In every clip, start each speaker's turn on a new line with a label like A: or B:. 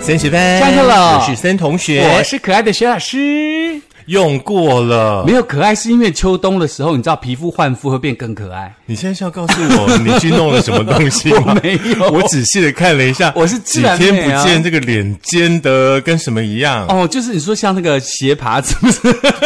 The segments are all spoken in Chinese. A: 三十分，
B: 上课了
A: 我是森同学，
B: 我是可爱的薛老师。
A: 用过了
B: 没。有可爱，是因为秋冬的时候，你知道皮肤焕肤会变更可爱。
A: 你现在是要告诉我你去弄了什么东西吗？
B: 我没有
A: 我仔细的看了一下，
B: 我是自
A: 几
B: 然
A: 天
B: 美啊
A: 不见，这个脸尖的跟什么一样？
B: 哦，就是你说像那个斜爬是 不是？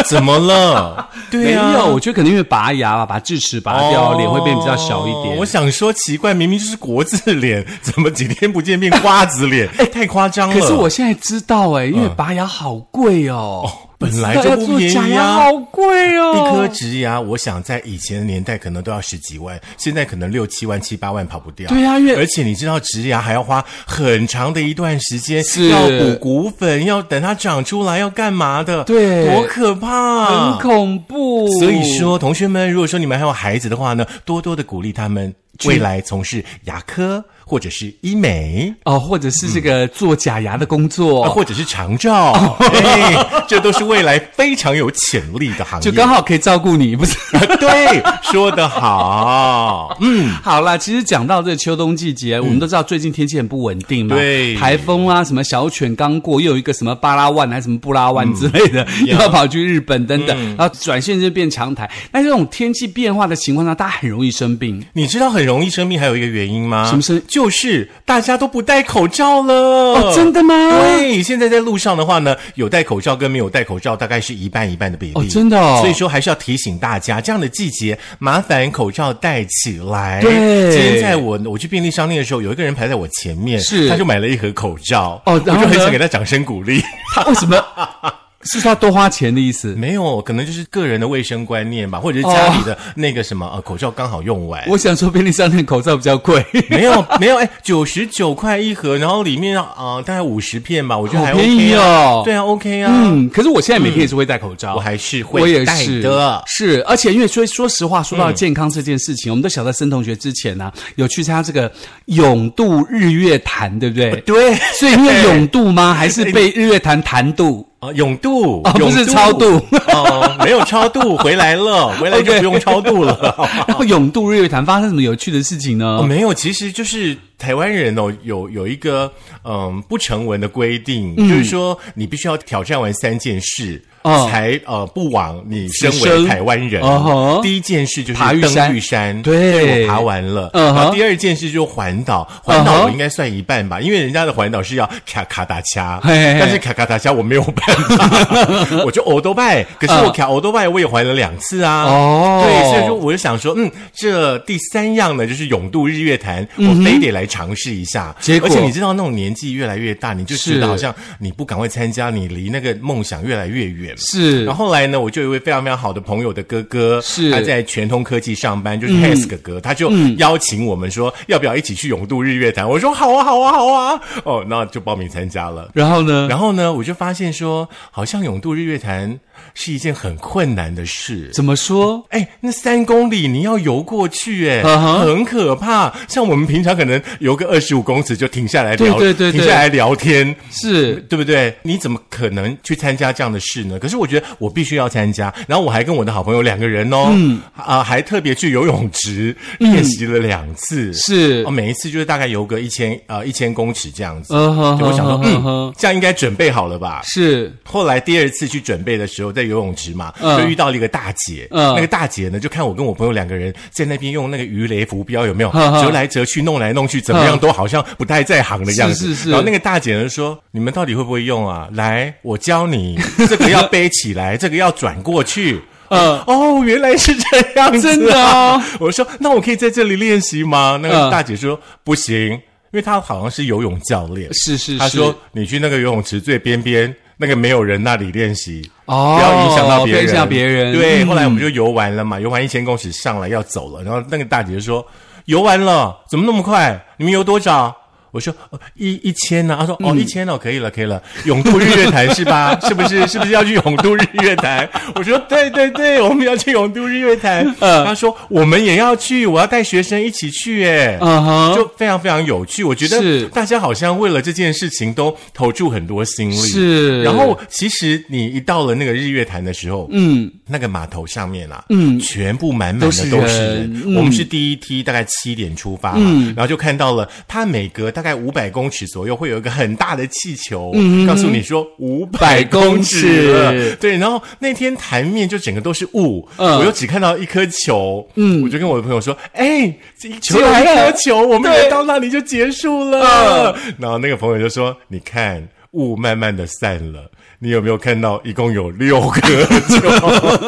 A: 怎么 了？对啊呀、
B: 没有，我觉得可能因为拔牙吧，把智齿拔掉，
A: 哦
B: 脸会变比较小一点。
A: 我想说奇怪，明明就是国字脸，怎么几天不见变瓜子脸？哎，太夸张了。
B: 可是我现在知道哎、因为拔牙好贵哦，
A: 本来
B: 知道
A: 就
B: 要
A: 不
B: 做
A: 便宜
B: 假牙
A: 啊
B: 好贵哦，
A: 一颗植牙，我想在以前的年代可能都要十几万，现在可能六七万、七八万跑不掉。
B: 对啊因为
A: 而且你知道植牙还要花很长的一段时间，
B: 是
A: 要补骨粉，要等它长出来，要干嘛的？
B: 对
A: 多可怕！
B: 很恐怖。
A: 所以说，同学们，如果说你们还有孩子的话呢，多多的鼓励他们未来从事牙科或者是医美。
B: 哦，或者是这个做假牙的工作，
A: 啊，或者是长照，
B: 哦
A: 哎，这都是未来非常有潜力的行业。
B: 就刚好可以照顾你，不是？
A: 对，说得好，嗯，
B: 好啦，其实讲到这个秋冬季节，我们都知道最近天气很不稳定嘛，
A: 对
B: 台风啊，什么小犬刚过，又有一个什么巴拉万还是什么布拉万
A: 嗯
B: 之类的， 又要跑去日本等等，然后转线就变强台。那这种天气变化的情况下，大家很容易生病。
A: 你知道很容易生病还有一个原因吗？
B: 什么事
A: 就是大家都不戴口罩了。哦
B: 哦，真的吗？
A: 对，现在在路上的话呢，有戴口罩跟没有戴口罩大概是一半一半的比例。
B: 哦真的哦
A: 所以说还是要提醒大家，这样的季节麻烦口罩戴起来。
B: 对
A: 今天在我我去便利商店的时候，有一个人排在我前面，
B: 是
A: 他就买了一盒口罩，
B: 哦
A: 我就
B: 然后呢
A: 很想给他掌声鼓励。
B: 他为 什么？是不是要多花钱的意思？
A: 没有， 可能就是个人的卫生观念吧，或者是家里的那个什么、呃口罩刚好用完。
B: 我想说便利商店口罩比较贵。
A: 没有没有，哎，九十九块一盒，然后里面啊、呃大概五十片吧，我觉得还
B: 好
A: OK 啊、
B: 便宜哦
A: 对啊，OK 啊，
B: 嗯，可是我现在每天也是会戴口罩，
A: 我还是
B: 我
A: 会
B: 也
A: 带
B: 是
A: 的。嗯
B: 是，而且因为说说实话，说到健康这件事情，我们都晓得森同学之前呢、啊有去参加这个永渡日月潭，对不对？
A: 对，
B: 所以因为永渡 吗？还是被日月潭潭渡？
A: 啊、永度，
B: 哦不 是
A: 永
B: 超度
A: 哦，没有超度，回来了，回来就
B: OK
A: 不用超度了。
B: 然后永渡日月潭发生什么有趣的事情呢
A: 哦，？没有，其实就是台湾人哦，有有一个嗯不成文的规定，就是说你必须要挑战完三件事。
B: 嗯哦
A: 才呃不枉你身为
B: 生
A: 台湾人。
B: 哦吼
A: 第一件事就是
B: 爬玉
A: 登
B: 山
A: 玉山，
B: 对
A: 我爬完了。
B: 嗯哼
A: 然后第二件事就是环岛，环
B: 嗯
A: 岛
B: 哼
A: 我应该算一半吧，因为人家的环岛是要卡卡达掐，
B: 嘿嘿嘿
A: 但是卡卡达掐我没有办 法，我就欧多拜，可是我
B: 嗯
A: 卡欧多拜我也环了两次啊。
B: 哦
A: 对，所以说我就想说，嗯，这第三样呢，就是永渡日月潭，我非得来尝试一下。
B: 嗯结果
A: 而且你知道，那种年纪越来越大，你就觉
B: 是
A: 得好像你不赶快参加，你离那个梦想越来越远。
B: 是
A: 然后后来呢，我就有一位非常非常好的朋友的哥哥，
B: 是嗯
A: 他在全通科技上班，就是 Hes 哥哥，他就邀请我们说，要不要一起去永渡日月潭？我说好啊，好啊，好啊。哦，那就报名参加了。
B: 然后呢？
A: 然后呢，我就发现说，好像永渡日月潭是一件很困难的事。
B: 怎么说？
A: 哎，那三公里你要游过去，哎、
B: 嗯哼
A: 很可怕。像我们平常可能游个二十五公尺就停下来聊，
B: 对对对对
A: 停下来聊天，
B: 是
A: 对不对？你怎么可能去参加这样的事呢？可是我觉得我必须要参加，然后我还跟我的好朋友两个人哦，嗯啊、还特别去游泳池练习了两次，
B: 嗯是
A: 哦，，每一次就是大概游个一千呃一千公尺这样子。
B: 嗯哼
A: 对我想说，
B: 哼哼
A: 嗯
B: 哼，
A: 这样应该准备好了吧？
B: 是
A: 后来第二次去准备的时候，在游泳池嘛，
B: 嗯
A: 就遇到了一个大姐。
B: 嗯
A: 那个大姐呢，就看我跟我朋友两个人在那边用那个鱼雷浮标，有没有
B: 呵呵
A: 折来折去、弄来弄去，怎么样
B: 嗯
A: 都好像不太在行的样子。
B: 是是是
A: 然后那个大姐呢说：“你们到底会不会用啊？来，我教 你，这个要背起来，这个要转过去。”
B: 嗯
A: 哦，原来是这样子、啊，
B: 真的哦
A: 我说：“那我可以在这里练习吗？”那个
B: 嗯
A: 大姐说：“不行，因为她好像是游泳教练。”
B: 是是，
A: 他
B: 是
A: 说你去那个游泳池最边边那个没有人那里练习。
B: 哦
A: 不要影响到别人，
B: 不要影响别人
A: 对，
B: 嗯
A: 后来我们就游完了嘛，游完一千公尺上来要走了，然后那个大姐就说：“游完了，怎么那么快？你们游多少？”我说、哦、一一千呢、他
B: 嗯
A: 说哦、一千哦，可以了，可以了，永渡日月潭是 吧？是不是？是不是要去永渡日月潭？我说对对对，我们要去永渡日月潭。
B: 嗯
A: 他说我们也要去，我要带学生一起去，哎，
B: 嗯哼
A: 就非常非常有趣。我觉
B: 是
A: 得大家好像为了这件事情都投注很多心力，
B: 是
A: 然后其实你一到了那个日月潭的时候，嗯，那个码头上面啊，嗯，全部满满的
B: 都
A: 都
B: 是
A: 是
B: 人
A: 人。嗯
B: 嗯
A: 我们是第一梯，大概七点出发嘛，然后就看到了它每隔大概五百公尺左右会有一个很大的气球，告诉你说五嗯百公尺
B: 公尺
A: 了。对，然后那天潭面就整个都是雾，
B: 嗯
A: 我又只看到一颗球，嗯，我就跟我的朋友说，哎，只
B: 球
A: 只有
B: 来
A: 一
B: 了
A: 颗球，我们
B: 对
A: 也到那里就结束了。然后那个朋友就说：“你看，雾慢慢的散了，你有没有看到？一共有六颗球。”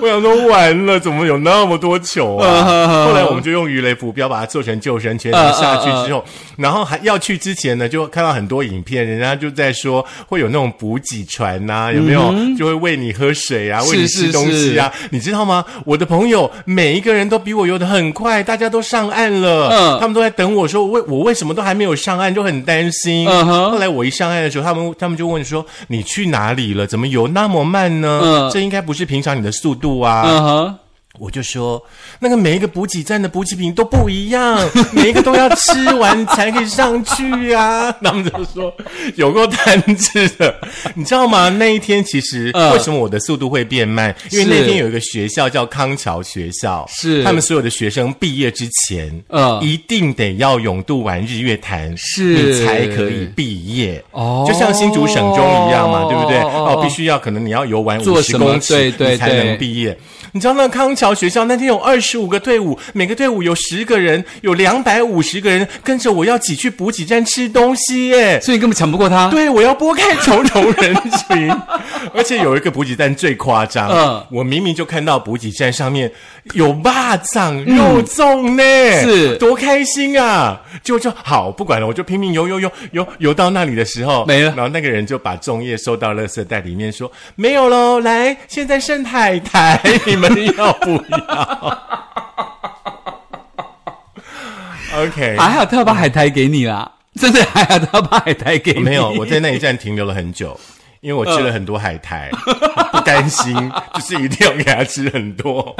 A: 我想说，完了，怎么有那么多球
B: 嗯哼哼嗯
A: 啊？后来我们就用鱼雷浮标把它做成救生圈，然后下去之后，然后还要去之前呢，就看到很多影片，人家就在说会有那种补给船呐、有没有？就会喂你喝水啊，喂你
B: 嗯是是
A: 吃东西啊，你知道吗？我的朋友每一个人都比我游得很快，大家都上岸了，
B: 嗯
A: 他们都在等我说，我为我为什么都还没有上岸，就很担心。
B: 嗯哼
A: 后来我一上岸的时候，他们他们就问说：“你去哪里了？怎么游那么慢呢？
B: 嗯
A: 这应该不是平常你的速度啊。
B: 嗯哼，
A: 我就说，那个每一个补给站的补给品都不一样， 每一个都要吃完才可以上去 啊。他们就说有够贪吃的，你知道吗？那一天其实、
B: 嗯
A: 为什么我的速度会变慢？因为
B: 是
A: 那天有一个学校叫康桥学校，
B: 是
A: 他们所有的学生毕业之前，
B: 嗯
A: 一定得要永渡完日月潭，
B: 是
A: 你才可以毕业。
B: 哦
A: 就像新竹省中一样嘛，对不对？
B: 哦哦哦
A: 哦，必须要可能你要游完
B: 做
A: 五
B: 什
A: 十
B: 么
A: 公尺，
B: 对对
A: 你才
B: 对
A: 能毕业。你知道那康桥学校那天有二十五个队伍，每个队伍有十个人，有两百五十个人跟着我要挤去补给站吃东西耶。
B: 所以你根本抢不过他。
A: 对，我要拨开重重人 群，而且有一个补给站最夸张，
B: 嗯
A: 我明明就看到补给站上面有蚂蚱、肉粽呢，
B: 是
A: 多开心啊！就就好，不管了，我就拼命游游游游游到那里的时候
B: 没了
A: 然后那个人就把粽叶收到垃圾袋里面说没有喽，来，现在剩海苔，你们要不要 ？OK，
B: 还好他要把海苔给你啦， 真的还好他要把海苔给你。
A: 没有，我在那一站停留了很久，因为我
B: 嗯
A: 吃了很多海苔， 不甘心，就是一定要给他吃很多。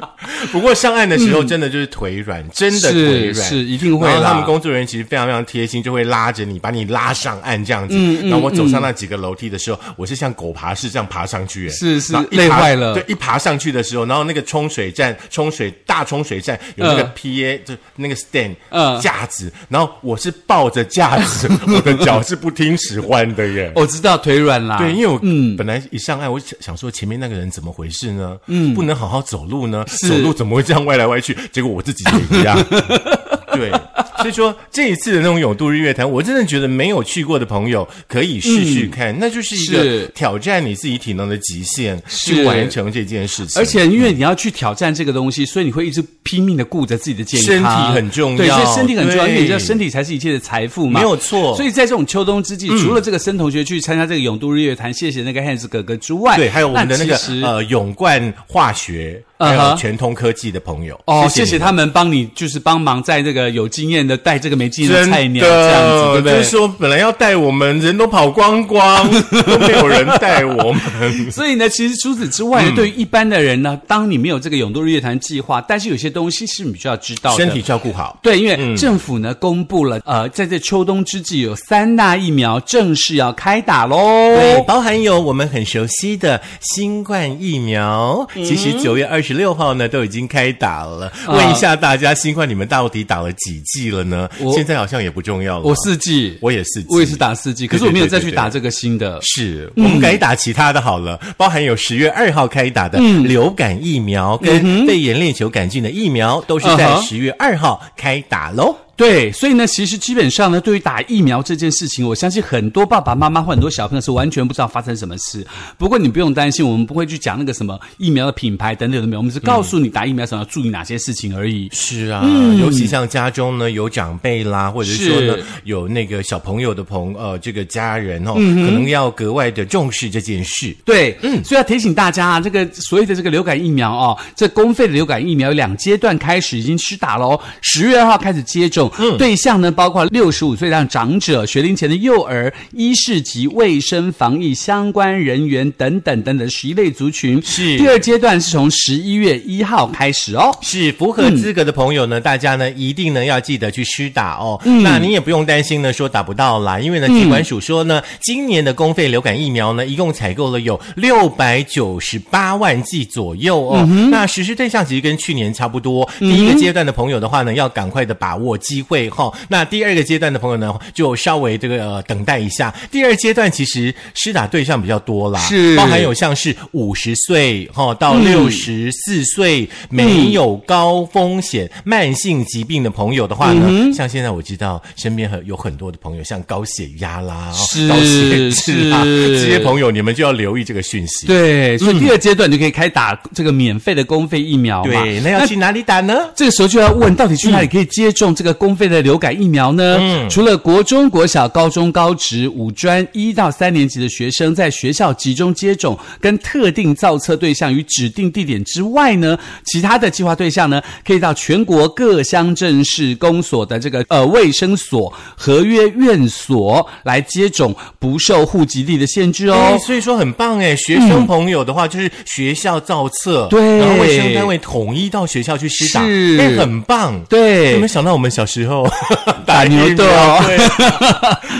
A: 不过上岸的时候真的就是腿软，真的腿
B: 嗯是
A: 软
B: 是一定会
A: 然后他
B: 啦
A: 们工作人员其实非常非常贴心，就会拉着你，把你拉上岸这样子。
B: 嗯
A: 然后我走上那几个楼梯的时候，我是像狗爬式这样爬上去，哎
B: 是是
A: 然后一爬
B: 累坏了
A: 对，一爬上去的时候，然后那个冲水站、冲水大冲水站有那个
B: 嗯
A: PA，就那个 stand，
B: 嗯
A: 架子，然后我是抱着架子， 我的脚是不听使唤的耶。啊嗯
B: 我知道腿软啦。
A: 对，因为我本来一上岸，我想想说前面那个人怎么回事呢？嗯，不能好好走路呢，走路怎么会这样歪来歪去？ 结果我自己也一样。 对，所以说这一次的那种永渡日月潭，我真的觉得没有去过的朋友可以试试看，那嗯就是一
B: 是
A: 个挑战你自己体能的极限，去
B: 是
A: 完成这件事情。
B: 而且因为你要去挑战这个东西，所以你会一直拼命的顾着自己的健康，
A: 身体很重要
B: 对，所以身体很重要，
A: 对
B: 因为你知道身体才是一切的财富嘛，
A: 没有错嗯
B: 所以在这种秋冬之际，除了这个森同学去参加这个永渡日月潭，谢谢那个 Hans 哥哥之外，
A: 对，还有我们的那个
B: 其实
A: 呃永冠化学，还
B: 嗯哼
A: 有全通科技的朋友。
B: 哦，
A: 谢
B: 谢
A: 你
B: 谢
A: 们
B: 他们帮你，就是帮忙在这个有经验的带这个没经验的
A: 真
B: 菜鸟
A: 的
B: 这样子，对不
A: 就
B: 对
A: 是？说本来要带我们，人都跑光光， 都没有人带我们。
B: 所以呢，其实除此之
A: 嗯
B: 外呢，对于一般的人呢，当你没有这个永渡日月潭计划，但是有些东西是你需要知道的，
A: 身体嗯照顾好，
B: 对，因为政府呢公布了，呃，在这秋冬之际，有三大疫苗正式要开打喽。
A: 对，包含有我们很熟悉的新冠疫苗，其实九月二十六号呢都已经开打了。
B: 嗯啊
A: 问一下大家，新冠你们到底打了几剂了呢
B: 我？
A: 现在好像也不重要了。
B: 我四季，
A: 我也是，
B: 我也是打四季，可是
A: 对对
B: 我没有再
A: 对
B: 去
A: 对
B: 打这个新的。
A: 是我们改打其他的好了，
B: 嗯
A: 包含有十月二号开打的流感疫苗跟肺炎链球杆菌的疫苗，都是
B: 嗯
A: 在
B: 哼
A: 十月二号开打喽。
B: 对，所以呢，其实基本上呢，对于打疫苗这件事情，我相信很多爸爸妈妈或很多小朋友是完全不知道发生什么事。不过你不用担心，我们不会去讲那个什么疫苗的品牌等等的没有，我们是告诉你打疫苗时候要注意哪些事情而已。
A: 是啊，尤其像家中呢有长辈啦，或者是说呢
B: 是
A: 有那个小朋友的朋呃这个家人哦，
B: 嗯
A: 可能要格外的重视这件事。
B: 对，嗯，所以要提醒大家啊，这个所谓的这个流感疫苗哦，这公费的流感疫苗有两阶段开始已经施打了哦，十月二号开始接种，对象呢包括六十五岁以上长者、学龄前的幼儿、医事及卫生防疫相关人员等等等等十一类族群。
A: 是
B: 第二阶段是从十一月一号开始哦。
A: 是符合资格的朋友呢，大家呢一定呢要记得去施打哦。那你也不用担心呢说打不到啦，因为呢，疾管署说呢，今年的公费流感疫苗呢，一共采购了有六百九十八万剂左右哦。那实施对象其实跟去年差不多。第一个阶段的朋友的话呢，要赶快的把握机会哈、那第二个阶段的朋友呢，就稍微这个、呃、等待一下。第二阶段其实施打对象比较多啦，
B: 是
A: 包含有像是五十岁哈、到六十四岁、
B: 嗯
A: 没有高风险慢性疾病的朋友的话呢，
B: 嗯
A: 像现在我知道身边很有很多的朋友，像高血压啦、
B: 是
A: 高血脂啦
B: 是
A: 这些朋友，你们就要留意这个讯息。
B: 对，所以第二阶段你就可以开打这个免费的公费疫苗嘛。
A: 对，那要去哪里打呢？
B: 这个时候就要问，到底去哪里可以接种这个公费的流感疫苗呢？除了国中国小、高中、高职、五专一到三年级的学生在学校集中接种，跟特定造册对象与指定地点之外呢，其他的计划对象呢，可以到全国各乡镇市公所的这个呃卫生所、合约院所来接种，不受户籍地的限制
A: 哎
B: 哦。
A: 所以说很棒哎，学生朋友的话、就是学校造册，
B: 嗯对
A: 然后卫生单位统一到学校去施打，
B: 是
A: 哎，很棒。
B: 对
A: 有没有想到我们小时候
B: 打牛
A: 疫苗
B: 痘
A: 对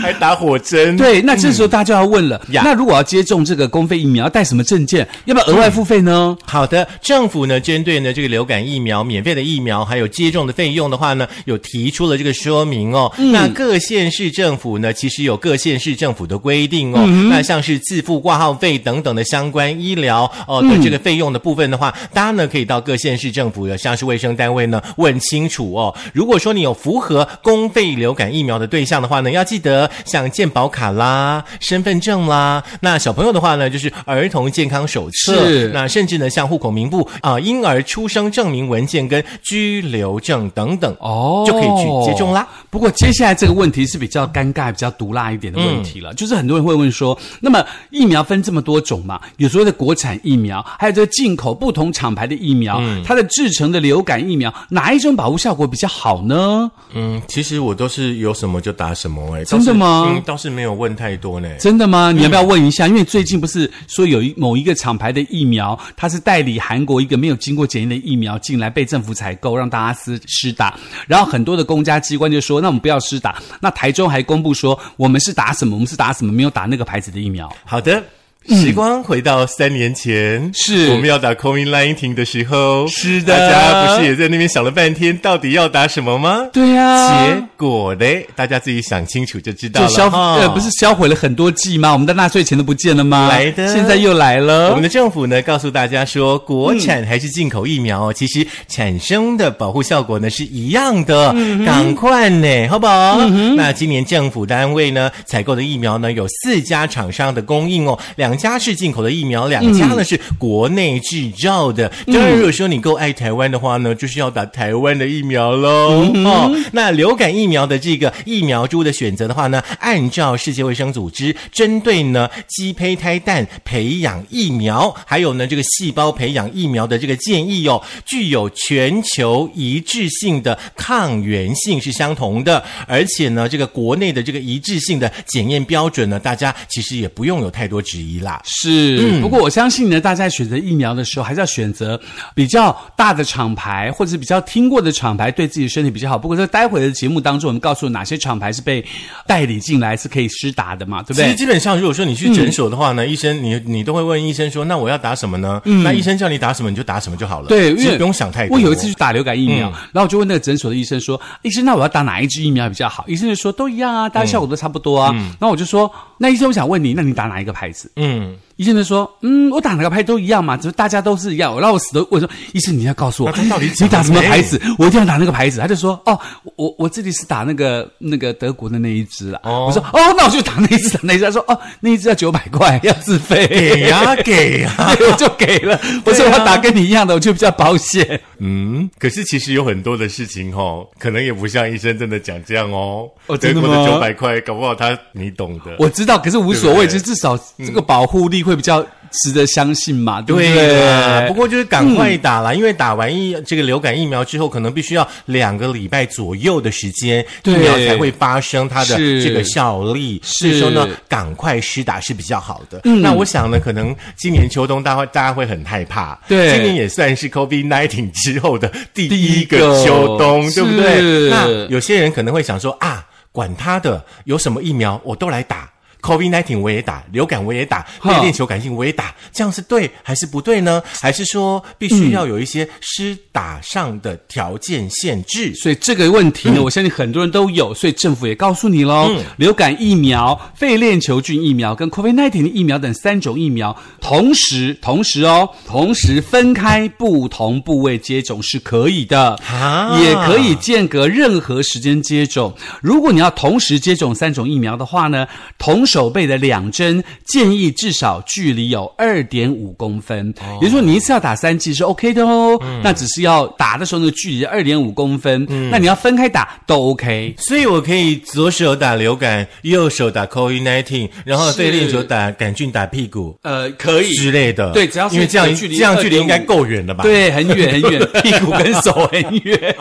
A: 还打火针？
B: 对，那这时候大家就要问了，
A: 呀
B: 那如果要接种这个公费疫苗，要带什么证件？要不要额外付费呢？
A: 好的，政府呢针对呢这个流感疫苗免费的疫苗，还有接种的费用的话呢，有提出了这个说明哦。那各县市政府呢，其实有各县市政府的规定哦。那像是自付挂号费等等的相关医疗哦的这个费用的部分的话，大家呢可以到各县市政府哦的像是卫生单位呢问清楚哦。如果说你有符合公费流感疫苗的对象的话呢，要记得像健保卡啦、身份证啦。那小朋友的话呢，就是儿童健康手册。
B: 是
A: 那甚至呢，像户口名簿啊、婴儿出生证明文件跟居留证等等，
B: 哦，
A: 就可以去接种啦。。
B: 不过接下来这个问题是比较尴尬、比较毒辣一点的问题了，嗯就是很多人会问说，那么疫苗分这么多种嘛，有所谓的国产疫苗，还有这个进口不同厂牌的疫苗，它的制成的流感疫苗，哪一种保护效果比较好呢？
A: 嗯，其实我都是有什么就打什么、哎，
B: 真的吗
A: 倒是嗯，倒是没有问太多呢。
B: 真的吗？你要不要问一下？因为最近不是说有一某一个厂牌的疫苗，它是代理韩国一个没有经过检验的疫苗进来，被政府采购，让大家施施打。然后很多的公家机关就说，那我们不要施打。那台中还公布说，我们是打什么？我们是打什么？没有打那个牌子的疫苗。
A: 好的。时光回到三年前，
B: 嗯是
A: 我们要打 COVID nineteen 的时候，
B: 是的
A: 大家不是也在那边想了半天，到底要打什么吗？
B: 对呀、
A: 结果嘞，大家自己想清楚就知道
B: 就
A: 啊了。
B: 销
A: 哈
B: 呃不是销毁了很多剂吗？我们的纳税钱都不见了吗？
A: 来的
B: 现在又来
A: 我
B: 了
A: 们。的政府呢，告诉大家说，国产还是进口疫苗哦，其实产生的保护效果呢是一样的，赶快呢，好不好？那今年政府单位呢采购的疫苗呢，有四家厂商的供应哦，两家是进口的疫苗，两家呢是国内制造的。当然，如果说你够爱台湾的话呢，就是要打台湾的疫苗喽。哦，那流感疫苗的这个疫苗株的选择的话呢，按照世界卫生组织针对呢鸡胚胎蛋培养疫苗，还有呢这个细胞培养疫苗的这个建议哦，具有全球一致性的抗原性是相同的，而且呢这个国内的这个一致性的检验标准呢，大家其实也不用有太多质疑啦。
B: 是，不过我相信呢，大家在选择疫苗的时候，还是要选择比较大的厂牌，或者是比较听过的厂牌，对自己身体比较好。不过在待会的节目当中，我们告诉哪些厂牌是被代理进来，是可以施打的嘛，对不
A: 其实
B: 对？
A: 基本上，如果说你去诊所的话呢，医生你你都会问医生说，那我要打什么呢？那医生叫你打什么你就打什么就好了，
B: 对，
A: 其
B: 因
A: 实
B: 为
A: 不用想太多。
B: 我有一次去打流感疫苗，然后我就问那个诊所的医生说：“哎医生，那我要打哪一支疫苗比较好？”医生就嗯说：“都一样啊，大家效果都差不多啊。然后我就说：“那医生，我想问你，那你打哪一个牌子？”
A: 嗯，
B: 医生就说：“嗯，我打哪个牌都一样嘛，就是大家都是一样。”我让我死都我说：“医生，你要告诉我
A: 那他到底讲
B: 你打什么
A: 没
B: 牌子？我一定要打那个牌子。”他就说：“哦，我我这里是打那个那个德国的那一只啦。
A: 哦
B: 我说：“哦，那我就打那一只，打那一只。”他说：“哦，那一只要九百块，要自费。”
A: 给呀、给呀、
B: 对，我就给了。我说我要打跟你一样的，我就比较 保险。
A: 嗯， 可是其实有很多的事情哦，可能也不像医生真的讲这样哦。
B: 哦
A: 德
B: 真的
A: 国
B: 吗
A: 的九百块，搞不好他你懂的。
B: 我知道，可是无所
A: 对
B: 谓，
A: 不对嗯
B: 就至少这个保护力会比较值得相信嘛，对不
A: 对啦，
B: 对？
A: 不过就是赶快打啦，因为打完疫这个流感疫苗之后，可能必须要两个礼拜左右的时间，疫
B: 对
A: 苗才会发生它的
B: 是
A: 这个效力。
B: 是嗯
A: 所以说呢，赶快施打是比较好的。那我想呢，可能今年秋冬大家大家会很害怕，
B: 对
A: 今年也算是 COVID nineteen 之后的第
B: 第
A: 一
B: 一个
A: 个秋冬，对
B: 是
A: 不对？那有些人可能会想说啊，管他的，有什么疫苗我都来打。COVID nineteen 我也打，流感我也打，
B: 哈
A: 内链球杆菌我也打，这样是对还是不对呢？还是说必
B: 嗯
A: 须要有一些施打上的条件限制？
B: 所以这个问题呢，我相信很多人都有，所以政府也告诉你喽。流感疫苗、肺链球菌疫苗跟 COVID-19 的疫苗等三种疫苗，同时同时哦，同时分开不同部位接种是可以的，
A: 啊
B: 也可以间隔任何时间接种。如果你要同时接种三种疫苗的话呢，同手背的两针建议至少距离有二点五公分，也就是说你一次要打三剂是 OK 的哦。那只是要打的时候那个距离二点五公分，那你要分开打都 OK。
A: 所以我可以左手打流感，右手打 COVID nineteen，然后
B: 是
A: 对链球打杆菌打屁股
B: 呃，可以
A: 之类的。
B: 对只要是
A: 因为这样
B: 距离
A: 这样距离应该
B: 2.5
A: 够远了吧？。
B: 对，很远很 远，屁股跟手很 远。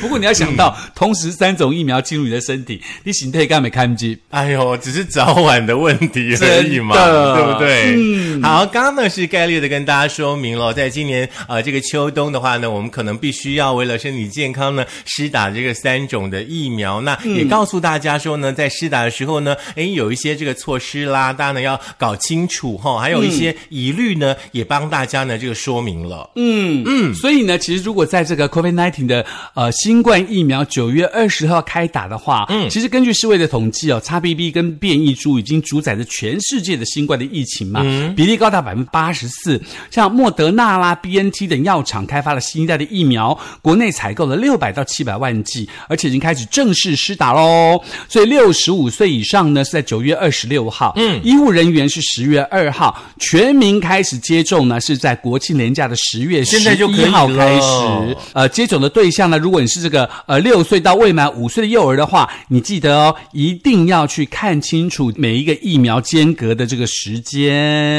B: 不过你要想到，同时三种疫苗进入你的身体，你形态干没看不见。
A: 哎呦，只是早晚的问题而已嘛，
B: 真的
A: 对不对？嗯，好，刚刚呢是概率的跟大家说明了，在今年呃这个秋冬的话呢，我们可能必须要为了身体健康呢，施打这个三种的疫苗。那
B: 嗯
A: 也告诉大家说呢，在施打的时候呢，哎，有一些这个措施啦，大家呢要搞清楚哈、还有一些疑虑呢，也帮大家呢这个说明了。
B: 嗯，所以呢，其实如果在这个 COVID-19 的呃新冠疫苗九月二十号开打的话，嗯，其实根据世卫的统计哦，XBB 跟变异株已经主宰着全世界的新冠的疫情嘛，比例高达百分之八十四。像莫德纳啦、BNT 等药厂开发了新一代的疫苗，国内采购了六百到七百万剂，而且已经开始正式施打喽。所以六十五岁以上呢是在九月二十六号，嗯，医护人员是十月二号，全民开始接种呢是在国庆连假的十月
A: 现在就可以
B: 11号开
A: 了
B: 始。呃，接种的对象呢，如果你是这个呃六岁到未满五岁的幼儿的话，你记得哦，一定要去看清楚每一个疫苗间隔的这个时间，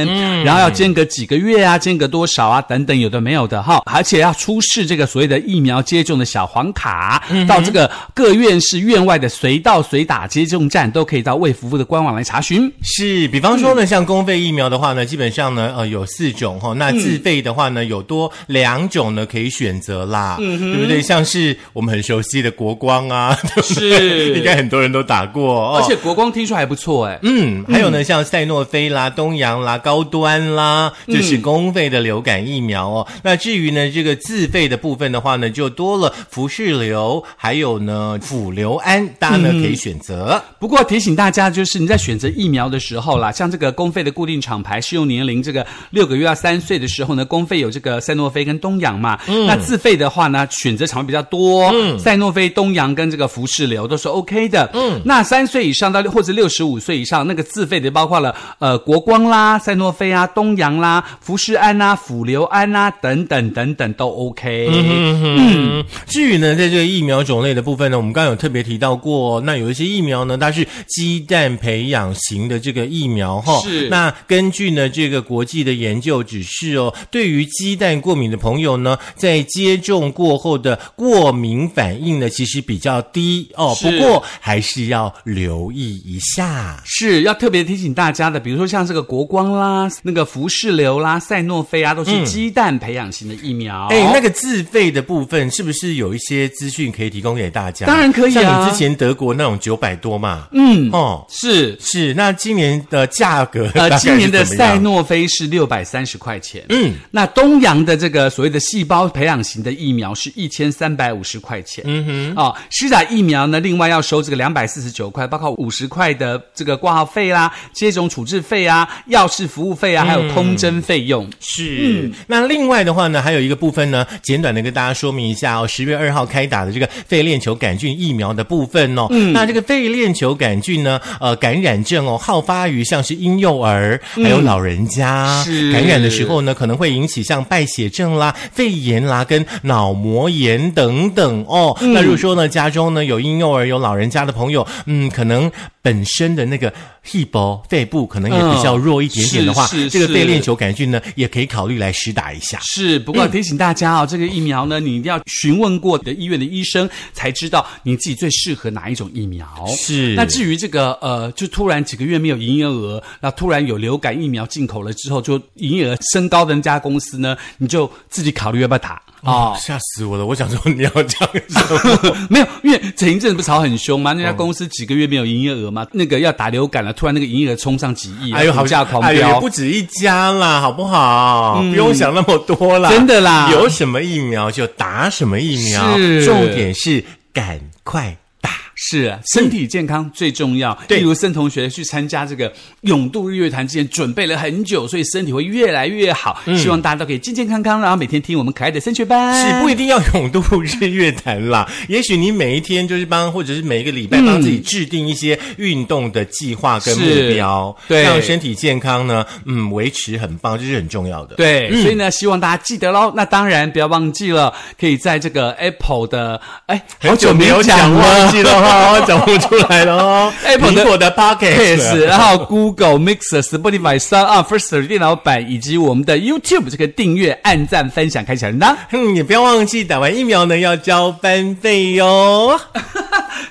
B: 嗯，然后要间隔几个月啊，间隔多少啊，等等，有的没有的哈，而且要出示这个所谓的疫苗接种的小黄卡，
A: 嗯
B: 到这个各院市院外的随到随打接种站都可以到卫福部的官网来查询。
A: 是，比方说呢，像公费疫苗的话
B: 嗯
A: 呢，基本上呢，呃，有四种哈、那自费的话呢，有多两种呢可以选择啦，
B: 嗯
A: 对不对？像是我们很熟悉的国光啊，对不对
B: 是
A: 应该很多人都打过。哦、
B: 而且国光听说还不错哎、
A: 嗯，还有呢，像赛诺菲啦、东阳啦、高端啦，
B: 嗯
A: 这是公费的流感疫苗哦。那至于呢，这个自费的部分的话呢，就多了福士流，还有呢辅流安，大家呢、
B: 嗯
A: 可以选择。
B: 不过提醒大家，就是你在选择疫苗的时候啦，像这个公费的固定厂牌适用年龄这个六个月到三岁的时候呢，公费有这个赛诺菲跟东阳嘛。那自费的话呢，选择厂牌比较多，赛诺菲、东阳跟这个福士流都是 OK 的。嗯，那三岁以上到或者六十五岁以上，那个自费的包括了呃国光啦、赛诺菲啊、东阳啦、福士啊安啦、辅流安啦等等等等都 OK。
A: 嗯，至于呢，在这个疫苗种类的部分呢，我们刚刚有特别提到过、哦那有一些疫苗呢，它是鸡蛋培养型的这个疫苗哈、
B: 是
A: 那根据呢这个国际的研究指示哦，对于鸡蛋过敏的朋友呢，在接种过后的过敏反应呢，其实比较低哦。
B: 是
A: 不过还是要留意一下。
B: 是要特别提醒大家的，比如说像这个国光啦、那个福士流啦、赛诺菲啊，都是鸡蛋培养型的疫苗。
A: 哎，那个自费的部分是不是有一些资讯可以提供给大家？
B: 当然可以啊
A: 像你之前德国那种九百多嘛，
B: 嗯
A: 哦，
B: 是
A: 是，那今年的价格 大
B: 呃，
A: 概是
B: 今年的
A: 怎么样
B: 赛诺菲是六百三十块钱。
A: 嗯，
B: 那东阳的这个所谓的细胞培养型的疫苗是1300百五十块钱。嗯哼，啊，施打疫苗呢，另外要收这个两百四十九块，包括五十块的这个挂号费啦、接种处置费啊、药事服务费啊，还有通针费用。
A: 是，嗯那另外的话呢，还有一个部分呢，简短的跟大家说明一下哦。十月二号开打的这个肺链球杆菌疫苗的部分哦，
B: 嗯
A: 那这个肺链球杆菌呢，呃，感染症哦，好发于像是婴幼儿还有老人家，
B: 嗯是
A: 感染的时候呢，可能会引起像败血症啦、肺炎啦、跟脑膜炎等等哦。
B: 嗯
A: 那如果说呢，家中呢有婴幼儿有老人家的朋友，嗯，可能本身的那个 hip 肺部可能也比较弱一点点的话，
B: 嗯是是
A: 这个肺
B: 是
A: 链球杆菌呢，也可以考虑来施打一下。
B: 是，不
A: 嗯
B: 过提醒大家哦，这个疫苗呢，你一定要询问过你的医院的医生，才知道你自己最适合哪一种疫苗。
A: 是
B: 那至于这个呃，就突然几个月没有营业额，那突然有流感疫苗进口了之后，就营业额升高的那家公司呢，你就自己考虑要不要打哦。
A: 吓死我了！我想说你要这样说，
B: 没有，因为前一阵子不是吵很凶吗？那家
A: 哦
B: 公司几个月没有营业额嘛，那个要打流感了，突然那个营业额冲上几亿，
A: 哎呦，好
B: 股价狂
A: 哎呦
B: 飙，嗯
A: 也不止一家啦，好不好？不用想那么多啦，
B: 真的啦
A: 有什么疫苗就打什么疫苗，
B: 是
A: 重点是赶快打。
B: 是啊身体健康最重要。
A: 对
B: 例如森同学去参加这个勇度日月潭之前准备了很久，所以身体会越来越好。希望大家都可以健健康康，然后每天听我们可爱的升学班。
A: 嗯是不一定要勇度日月潭 啦，也许你每一天就是帮，或者是每一个礼拜帮自己制定一些运动的计划跟目标，
B: 嗯是对
A: 让身体健康呢，嗯，维持很棒，这是很重要的。嗯
B: 对，所以呢，希望大家记得喽。那当然，不要忘记了，可以在这个 Apple 的哎，好
A: 很久哦没有
B: 讲
A: 讲忘记了哈，讲不出来了哦。
B: Apple 的
A: 苹果的
B: Podcast，
A: Pocket，
B: 然后 Google Mixer、Spotify、s o u n d First Story 电脑版，以及我们的 YouTube 这个订阅、按赞、分享、开小铃铛。
A: 嗯，也不要忘记打完疫苗呢要交班费哟，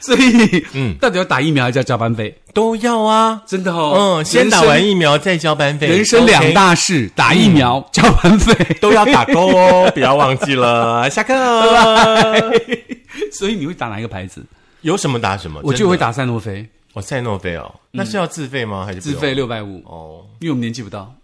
B: 所以，嗯，到底要打疫苗还是要交班费？
A: 都要啊。
B: 真的哦，
A: 嗯，先打
B: 人生
A: 完疫苗再交班费，
B: 人生
A: OK 嗯
B: 两大事：打疫苗、交班费。
A: 都要打勾哦， 不要忘记了。下课，
B: 所以你会打哪一个牌子？
A: 有什么打什么，
B: 我
A: 真
B: 就
A: 的
B: 会打赛诺菲，
A: 我赛诺菲哦，那是要自费吗？还是不
B: 自
A: 用
B: 费？六百五，
A: 哦，
B: 因为我们年纪不到。